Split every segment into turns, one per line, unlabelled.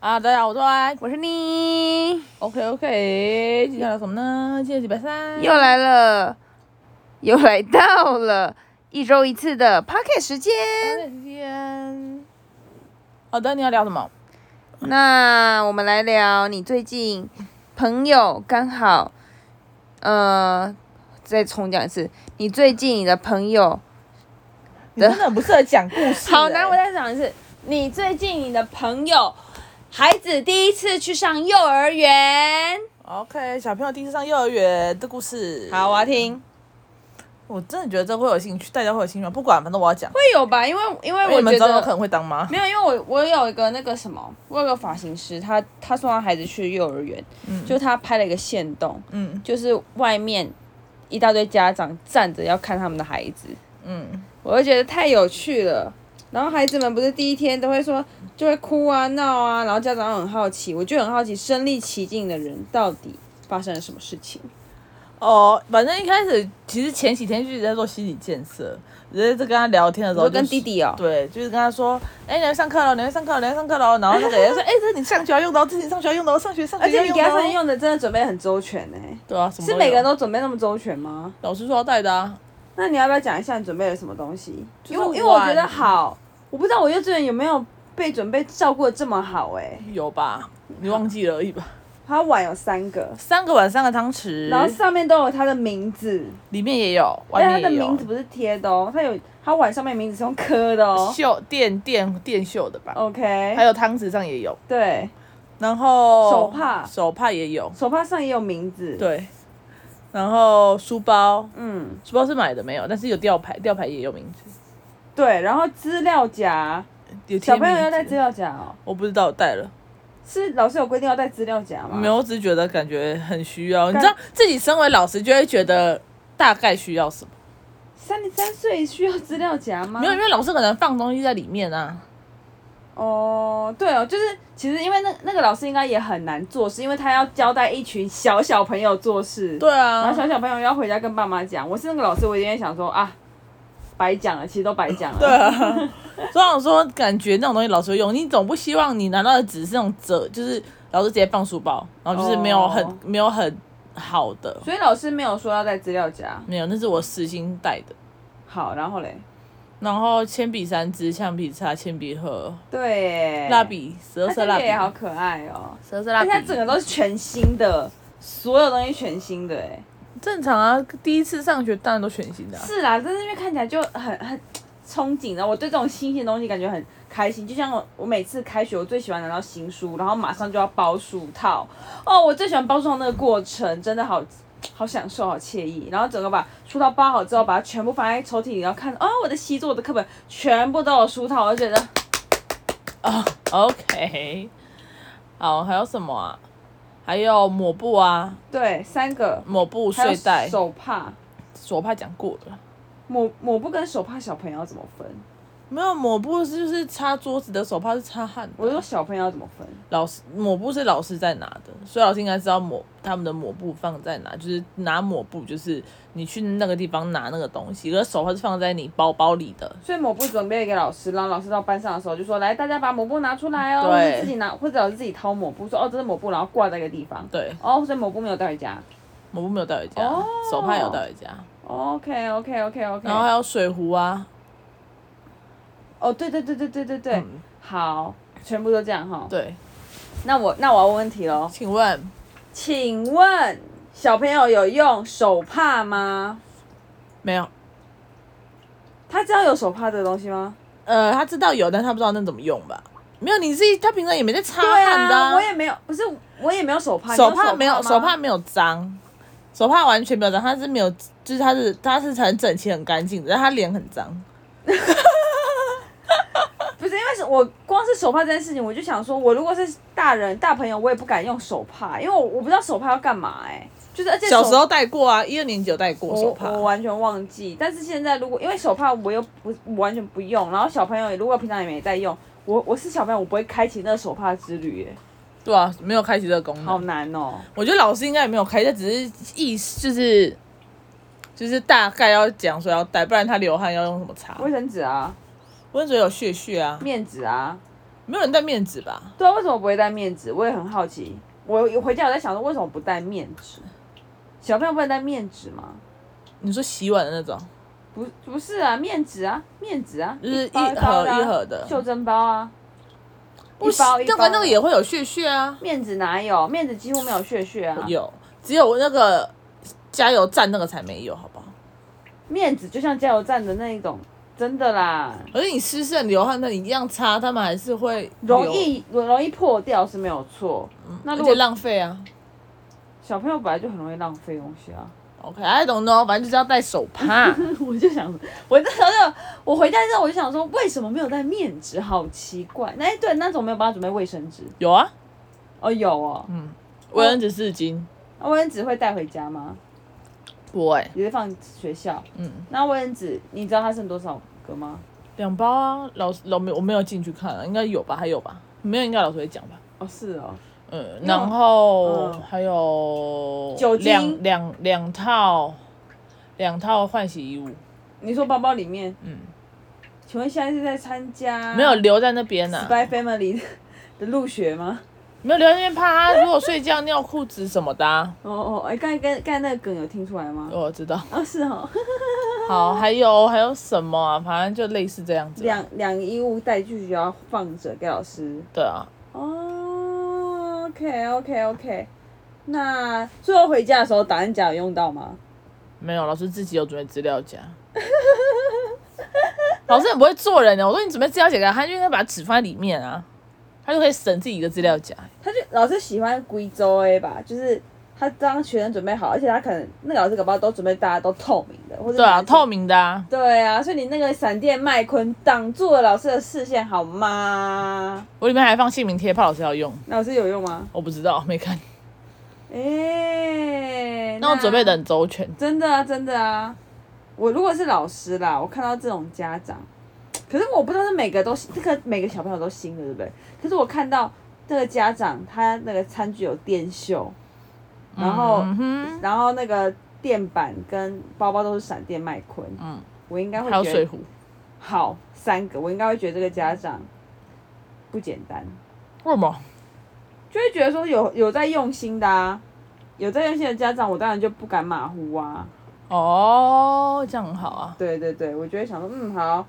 啊，大家好，我是 Y。
我是你
OK OK，接下来什么呢？今天礼拜三，
又来了，又来到了一周一次的 p o c k e t 时间。
时间。好的，你要聊什么？
那我们来聊你最近朋友刚好，呃，再重讲一次，你最近你的朋友
你真的很不适合讲故 事、
好难，
欸
我再讲一次，你最近你的朋友孩子第一次去上幼儿园，
OK，小朋友第一次上幼儿园的故事。
好，我要听。
我真的觉得这会有兴趣，大家会有兴趣吗？不管，反正我要讲。
会有吧？因为因为
因为
我
你们
觉
总有
得
可能会当妈。
没有，因为我我有一个那个什么，我有个发型师，他他送他孩子去幼儿园，就他拍了一个线动，
嗯
就是外面一大堆家长站着要看他们的孩子，
嗯，
我就觉得太有趣了。然后孩子们不是第一天都会说就会哭啊闹啊，然后家长很好奇，我就很好奇身历其境的人到底发生了什么事情。
哦，反正一开始其实前几天就一直在做心理建设，只是在跟他聊天的时候啊
我
就
跟
是
弟弟哦、
对，就是跟他说，哎、你要上课了，你要上课了，你要上课了。然后那个人说，哎、这是你上学要用的哦，这是你上学要用的哦，上学上学
而且
要
你
用
给
的
他
哦。
上用的真的准备很周全呢、
对啊，什么
是每个人
都有
都准备那么周全吗？
老师说要带的啊。
那你要不要讲一下你准备了什么东西？
就是
因为因为我
碗
觉得好，我不知道我幼稚园有没有被准备照顾的这么好哎、
有吧？你忘记了而已吧？
它碗有三个，
三个碗，三个汤匙，
然后上面都有它的名字，
里面也有，外
但它
面
的
也
名
有
字。不是贴的哦，它有它碗上面名字是用刻的哦。
绣电电电绣的吧，
OK，
还有汤匙上也有，
对，
然后
手帕
手帕也有，
手帕上也有名字。，
对，然后书包，
嗯，
书包是买的没有，但是有吊牌，吊牌也有名字，
对，然后资料夹，
有贴
小朋友
名
要
字
带资料夹哦，
我不知道我带了。
是老师有规定要带资料夹吗？
没有，我只是觉得感觉很需要。你
感
知道自己身为老师，就会觉得大概需要什么？
三十三岁需要资料夹吗？
没有，因为老师可能放东西在里面啊。
哦，对哦，就是其实因为那那个老师应该也很难做事，因为他要交代一群小小朋友做事，
对
然
啊
后，小小朋友要回家跟爸妈讲。我是那个老师，我有点想说啊，白讲了，其实都白讲了。
对啊。所以我想说，感觉那种东西老师会用，你总不希望你拿到的只是那种折，就是老师直接放书包，然后就是没有很、
哦
没有很好的，
所以老师没有说要带资料夹。
没有，那是我私心带的。
好，然后嘞，
然后铅笔三支、橡皮擦、铅笔盒、
对耶，
蜡笔、十
它
二色
这
蜡
个
笔
也、好可爱哦，
十二色
而
蜡
且
笔，
它整个都是全新的，所有东西全新的哎。
正常啊。第一次上学当然都全新的、啊。
是啦，但是因为看起来就很很憧憬的，我对这种新鲜的东西感觉很开心。就像我我每次开学，我最喜欢拿到新书，然后马上就要包书套。哦，我最喜欢包书套那个过程，真的好好享受，好惬意。然后整个把书套包好之后，把它全部放在抽屉里，然后看，哦，我的习作、我的课本全部都有书套，我就觉得
哦、OK，好，还有什么啊？还有抹布啊，
对，三个
抹布、
还有
睡袋、
手帕。
手帕讲过了。
抹抹布跟手帕，小朋友要怎么分？
没有抹布是就是擦桌子的，手帕是擦汗的。
我说小朋友要怎么分？
老师抹布是老师在拿的，所以老师应该知道抹他们的抹布放在哪，就是拿抹布，就是你去那个地方拿那个东西，而手帕是放在你包包里的。
所以抹布准备给老师，然后老师到班上的时候就说：“来，大家把抹布拿出来哦。”
对
或者自己拿，或者老师自己掏抹布，说：“哦，这是抹布。”然后挂在一个地方。
对，
哦，所以抹布没有带回家。
抹布没有带回家，
哦
手帕有带回家，
OK OK OK OK。
然后还有水壶啊，
哦，对对对对对对对，
嗯，
好，全部都这样哈。
对，
那我那我要问问题喽，
请问
请问小朋友有用手帕吗？
没有？
他知道有手帕这个东西吗？
呃，他知道有，但他不知道那怎么用吧？没有，你自己，他平常也没在擦汗的、
啊，我也没有，不是我也没有手帕。
手
你
帕没有，
吗
手帕没有脏，手帕完全没有脏，他是没有，就是他是他是很整齐、很干净的，但他脸很脏。
不是因为是我光是手帕这件事情，我就想说，我如果是大人大朋友，我也不敢用手帕，因为我我不知道手帕要干嘛哎、就是而且
小
手
时候戴过啊，一二年级有戴过
我
手帕，
我完全忘记，但是现在如果因为手帕我又不我完全不用，然后小朋友也如果平常也没在用，我我是小朋友我不会开启那个手帕之旅哎、
对啊，没有开启这个功
好
能。
难哦、
我觉得老师应该也没有开，他只是意思就是就是大概要讲说要戴，不然他流汗要用什么擦？
卫生纸啊，
温水有血血啊，
面纸啊，
没有人戴面纸吧？
对啊，为什么不会戴面纸？我也很好奇。我有回家我在想说，为什么不戴面纸？小朋友不能戴面纸吗？
你说洗碗的那种，
不，不是啊，面纸啊，面纸啊，
就是
包
一
包
盒
的啊
一盒的
袖珍包啊，
不
一包一啊包
但反正那
的
个也会有屑屑啊，
面纸哪有？面纸几乎没有屑屑啊，
有，只有那个加油站那个才没有，好不好？
面纸就像加油站的那一种，真的啦，
而且你湿湿的流汗，那你一样擦，他们还是会
容
流，
易容易破掉是没有错。那
嗯而
如
且
果
浪费啊。
小朋友本来就很容易浪费东西啊，
OK，I、don't know，反正就是要戴手帕。
我就想，我那时候就我回家之后我就想说，为什么没有带面纸？好奇怪。那一对那种没有帮他准备卫生纸？
有啊，
哦，有哦。
嗯，卫生纸、湿巾，
那卫生纸会带回家吗？
不会，
也是放学校。
嗯，
那卫生纸你知道它剩多少个吗？
两包啊。老师老没我没有进去看啊，应该有吧？还有吧？没有，应该老师会讲吧？
哦，是哦。
嗯，然后、
嗯
还有
酒精
两两两套，两套换洗衣物，
你说包包里面，
嗯，
请问现在是在参加
没有留在那边呐、啊
Spy Family 的的入学吗？
没有留在那边怕啊他如果睡觉尿裤子什么的、啊，
哦哦，哎，刚才刚刚才那个梗有听出来吗？
我知道。
哦，是哦，
好，还有还有什么啊？反正就类似这样子啊。
两两衣物带去学校放着给老师。
对啊，
哦，OK OK OK，那最后回家的时候，档案夹有用到吗？
没有，老师自己有准备资料夹。老师很不会做人的，啊我说你准备资料夹给他，他就应该把纸放在里面啊，他就可以省自己一个资料夹。
他就老师喜欢贵州 A 吧，就是他当学生准备好，而且他可能那个老师搞不好都准备大家都透明的，或者
对啊，
拿出
透明的啊。
对啊，所以你那个闪电麦昆挡住了老师的视线，好吗？
我里面还放姓名贴，怕老师要用。
那老师有用吗？
我不知道，没 看。
哎、
那我准备的很周全。
真的啊，真的啊。我如果是老师啦，我看到这种家长，可是我不知道是每个都这个每个小朋友都新的，对不对？可是我看到这个家长他那个餐具有电绣，然后、
嗯哼，
然后那个垫板跟包包都是闪电麦昆，
嗯，
我应该会
还有
觉
水
得
壶，
好三个，我应该会觉得这个家长不简单，
为什么？
就会觉得说有有在用心的啊，有在用心的家长，我当然就不敢马虎啊。
哦，这样很好啊。
对对对，我就会想说，嗯，好，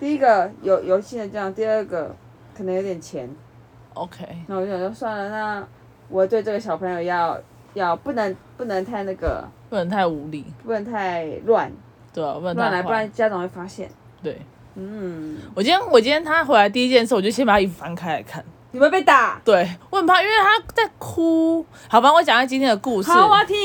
第一个有有心的这样，第二个可能有点钱，
OK，
那我就想说算了，那我对这个小朋友要要不能不能太那个，
不能太无理，
不能太乱
对啊吧、不能
乱
太
来，不
坏。
然家长会发现。
对
嗯，
我今天，我今天他回来第一件事，我就先把他衣服翻开来看。
你会被打。
对，我很怕，因为他在哭。好吧，我讲一下今天的故事。
好，啊我要听。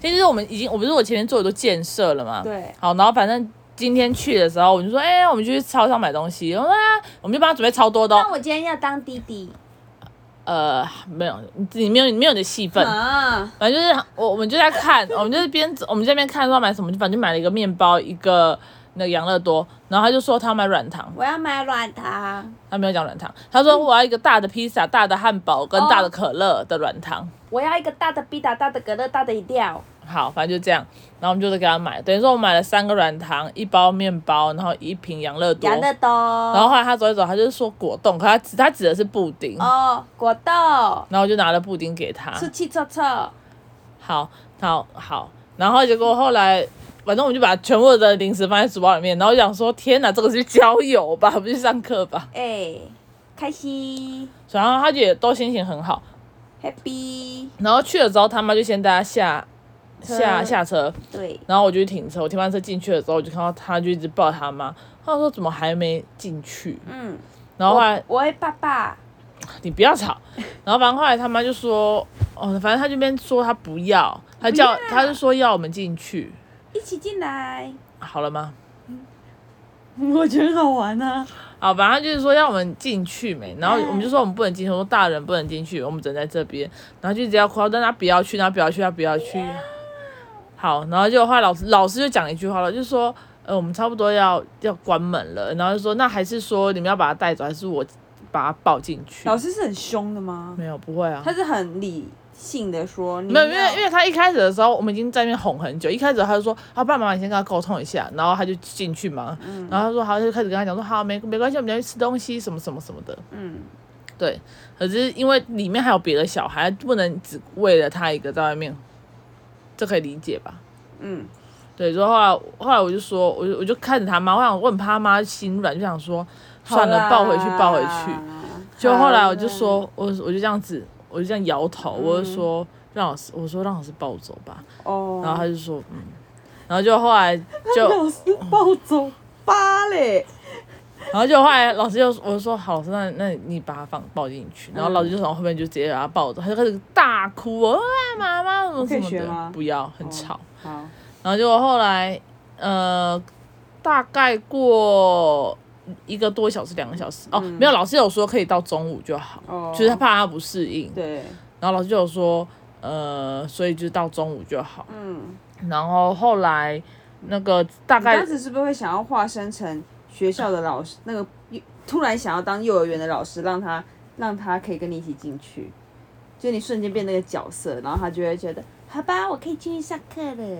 其实我们已经，我不是我前面做的都建设了嘛。
对，
好，然后反正今天去的时候，我就说，哎、我们去超商买东西。我说，啊，我们就帮他准备超多的、哦。
我今天要当弟弟
呃，没有，你没有，你没有你的戏份。
啊！
反正就是我我们就在看，我们就是边走我们这边看说要买什么，就反正买了一个面包，一个那个养乐多，然后他就说他要买软糖，
我要买软糖，
他没有讲软糖，他说我要一个大的披萨、大的汉堡跟大的可乐的软糖。
我要一个大的必达、大的可乐、大的饮料。
好，反正就这样，然后我们就是给他买，等于说我买了三个软糖，一包面包，然后一瓶养乐多。
多，
然后后来他走一走，他就说果冻，可他指他指的是布丁，
哦，果冻，
然后我就拿了布丁给他。
气臭臭。
啊好，好，好。然后结果后来，反正我们就把全部的零食放在书包里面，然后我想说，天哪，这个是去郊游吧，不是去上课吧？
哎、开心
然后他就也都心情很好。
，happy，
然后去了之后，他妈就先带他下下
车
下车，
对，
然后我就去停车。我停完车进去的时候，我就看到他就一直抱他妈，他说怎么还没进去？
嗯，
然后后来
我会爸爸，
你不要吵。然后反正后来他妈就说，哦，反正他这边说他不要，他叫
不要
他就说要我们进去，
一起进 来，
好了吗？
我觉得很好玩啊，
好，反正就是说要我们进去没，然后我们就说我们不能进去，我说大人不能进去，我们只能在这边，然后就一直要哭，但他不要去，他不要去，他不要去。好，然后就后来老师老师就讲了一句话了，就说呃我们差不多要要关门了，然后就说那还是说你们要把他带走，还是我把他抱进去？
老师是很凶的吗？
没有不会啊，
他是很理性的说，你
没有，因为
要
因为他一开始的时候，我们已经在那边哄很久。一开始他就说：“啊，爸爸妈妈，你先跟他沟通一下。”然后他就进去嘛，
嗯
然后他说：“好。”他就开始跟他讲说：“好，没没关系，我们要去吃东西，什么什么什么的。”
嗯，
对。可是因为里面还有别的小孩，不能只为了他一个在外面，这可以理解吧？
嗯，
对。所以后来后来我就说，我就我就看着他妈，我想问他妈心软，就想说算了，抱回去，抱回去。就后来我就说，我我就这样子，我就这样摇头，我就说让老师，我说让老师抱走吧，
嗯哦，
然后他就说嗯，然后就后来 就，
老师抱走吧 嘞，
然后就后来老师就我就说好，老师那那你把他放抱进去，然后老师就
嗯
从后面就直接把他抱走，他就开始大哭，啊妈妈什么什
我可以
么
学吗哦
的，不要很吵，
好，
然后结果后来呃大概过。一个多小时，两个小时哦，没有，老师有说可以到中午就好，
嗯哦
就是他怕他不适应。
对，
然后老师就有说，呃，所以就到中午就好。
嗯，
然后后来那个大
你当
概
时是不是会想要化身成学校的老师？那个突然想要当幼儿园的老师，让他让他可以跟你一起进去，就你瞬间变那个角色，然后他就会觉得，好吧，我可以进去上课了。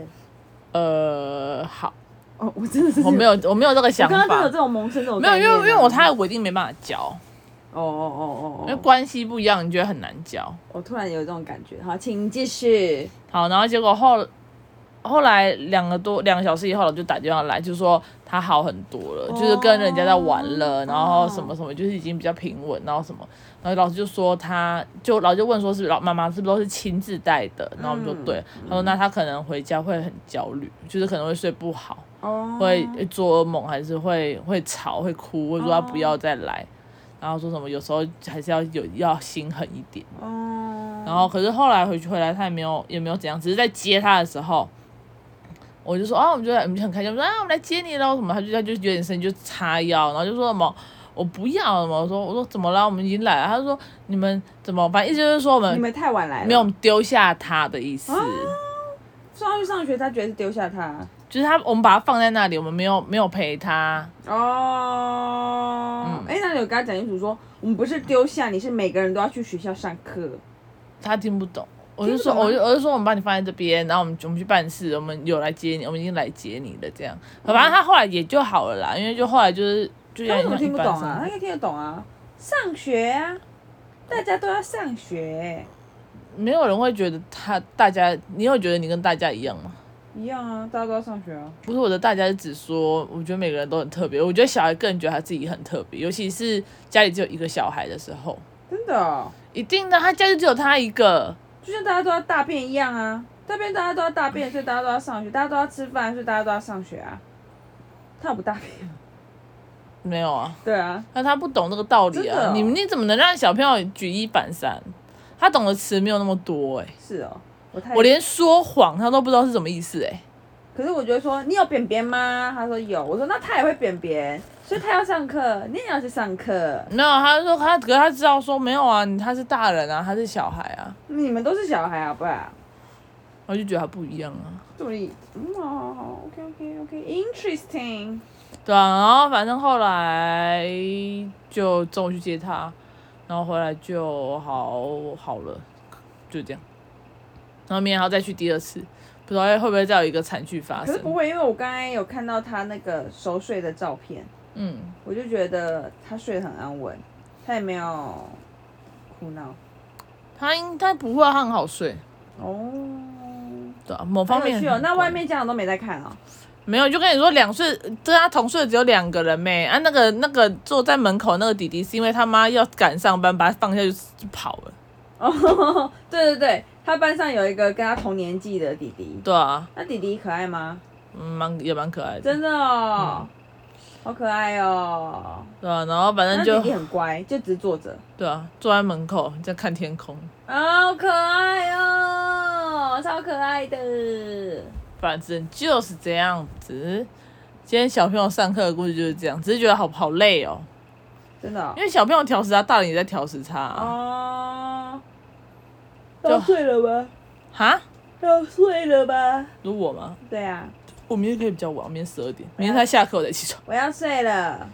呃，好，
哦，我真的是
我没
有，
有我没有这个
我
想
刚刚真的有
法
这，种萌生这种
没有，
概
因
念
为
啊、
因为我他的我一定没办法教，
哦哦哦哦
因为
哦，
关系不一样，你觉得很难教。
我突然有这种感觉。好，请继续。
好，然后结果后后来两个多两个小时以后，老师就打电话来，就说他好很多
哦
了，就是跟人家在玩了，然后什么什么，就是已经比较平稳，然后什么，然后老师就说他就老师就问说是不是老妈妈是不是都是亲自带的，然后我们就
嗯
对，他说那他可能回家会很焦虑，就是可能会睡不好，
哦，
会会做噩梦，还是会会吵会哭，会说他不
哦
要再来，然后说什么有时候还是要有要心狠一点。
哦，
然后可是后来回去回来，他也没有也没有怎样，只是在接他的时候，我就说啊，我们就来我们就很开心，我说啊，我们来接你喽什么，他就他就有点生气，就叉腰，然后就说什么。我不要什么，我说我说怎么了？我们已经来了。他就说你们怎么？反正意思就是说我
你
们
们太晚来了，
没有我们丢下他的意思，
送他去上学，他觉得是丢下他。
就是他我们把他放在那里，我们没有没有陪他。嗯
哦，哎、那你有跟他讲清楚说，我们不是丢下你，是每个人都要去学校上课。
他听不懂。我就
听不
说，
懂吗啊
我就我就说，我们把你放在这边，然后我们我们去办事，我们有来接你，我们已经来接你了，这样。反正他后来也就好了啦，因为就后来就是就
嗯他
像
为什么听不懂
一般
啊？
上
他应该听得懂啊，上学啊，大家都要上学、啊
没有人会觉得他大家，你有觉得你跟大家一样吗？
一样啊，大家都要上学啊。
不是我的，大家是指说，我觉得每个人都很特别，我觉得小孩更觉得他自己很特别，尤其是家里只有一个小孩的时候，
真的哦、
一定的，他家就只有他一个，
就像大家都要大便一样啊，大便大家都要大便，所以大家都要上学，大家都要吃饭，所以大家都要上学啊。他有不大便？
没有啊，
对啊，
那他不懂这个道理
真的
啊，
哦
你你怎么能让小朋友举一反三？他懂的词没有那么多哎、
是哦，我太
我连说谎他都不知道是什么意思哎、
可是我觉得说你有便便吗？他说有，我说那他也会便便，所以他要上课，你也要去上课。
没有，他就说他，可是他知道说没有啊，你他是大人啊，他是小孩啊，
你们都是小孩好不好？
我就觉得他不一样啊，
助理，嗯，好好好，OK OK OK，interesting、
对啊，然后反正后来就中午去接他，然后回来就好好了，就这样，然后明天还要再去第二次，不知道会不会再有一个惨剧发
可
生
是，不会，因为我刚才有看到他那个熟睡的照片，
嗯，
我就觉得他睡得很安稳，他也没有哭闹。
他应该不会，他很好睡，
哦，
对啊，某
好
方
有
面
趣哦。
很
那外
乖
面家长都没在看哦。
没有，就跟你说，两岁跟他同岁的只有两个人妹啊。那个那个坐在门口那个弟弟，是因为他妈要赶上班，把他放下就就跑了。
哦，对对对，他班上有一个跟他同年纪的弟弟，
对啊，
那弟弟可爱吗？
嗯，蛮也蛮可爱的，
真的哦，好可爱哦。
对啊。然后反
那
正就
弟弟很乖，就只坐着，
对啊，坐在门口在看天空，
啊好可爱哦，超可爱的。
反正就是这样子。今天小朋友上课的故事就是这样，只是觉得好好累哦，
真的哦
因为小朋友调食他，大人也在调食他啊。
哦。
就
要睡了吧？
哈，
要睡了吧？
如我吗？
对啊，
我明天可以比较晚，我明天十二
哎
点，明天他下课我再起床。
我要睡了。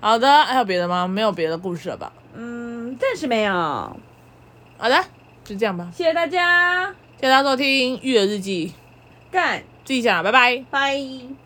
好的，还有别的吗？没有别的故事了吧？
嗯，暂时没有。
好的，就这样吧。
谢谢大家，
谢谢大家收听《育儿日记》，
干
自己想，拜拜。
拜。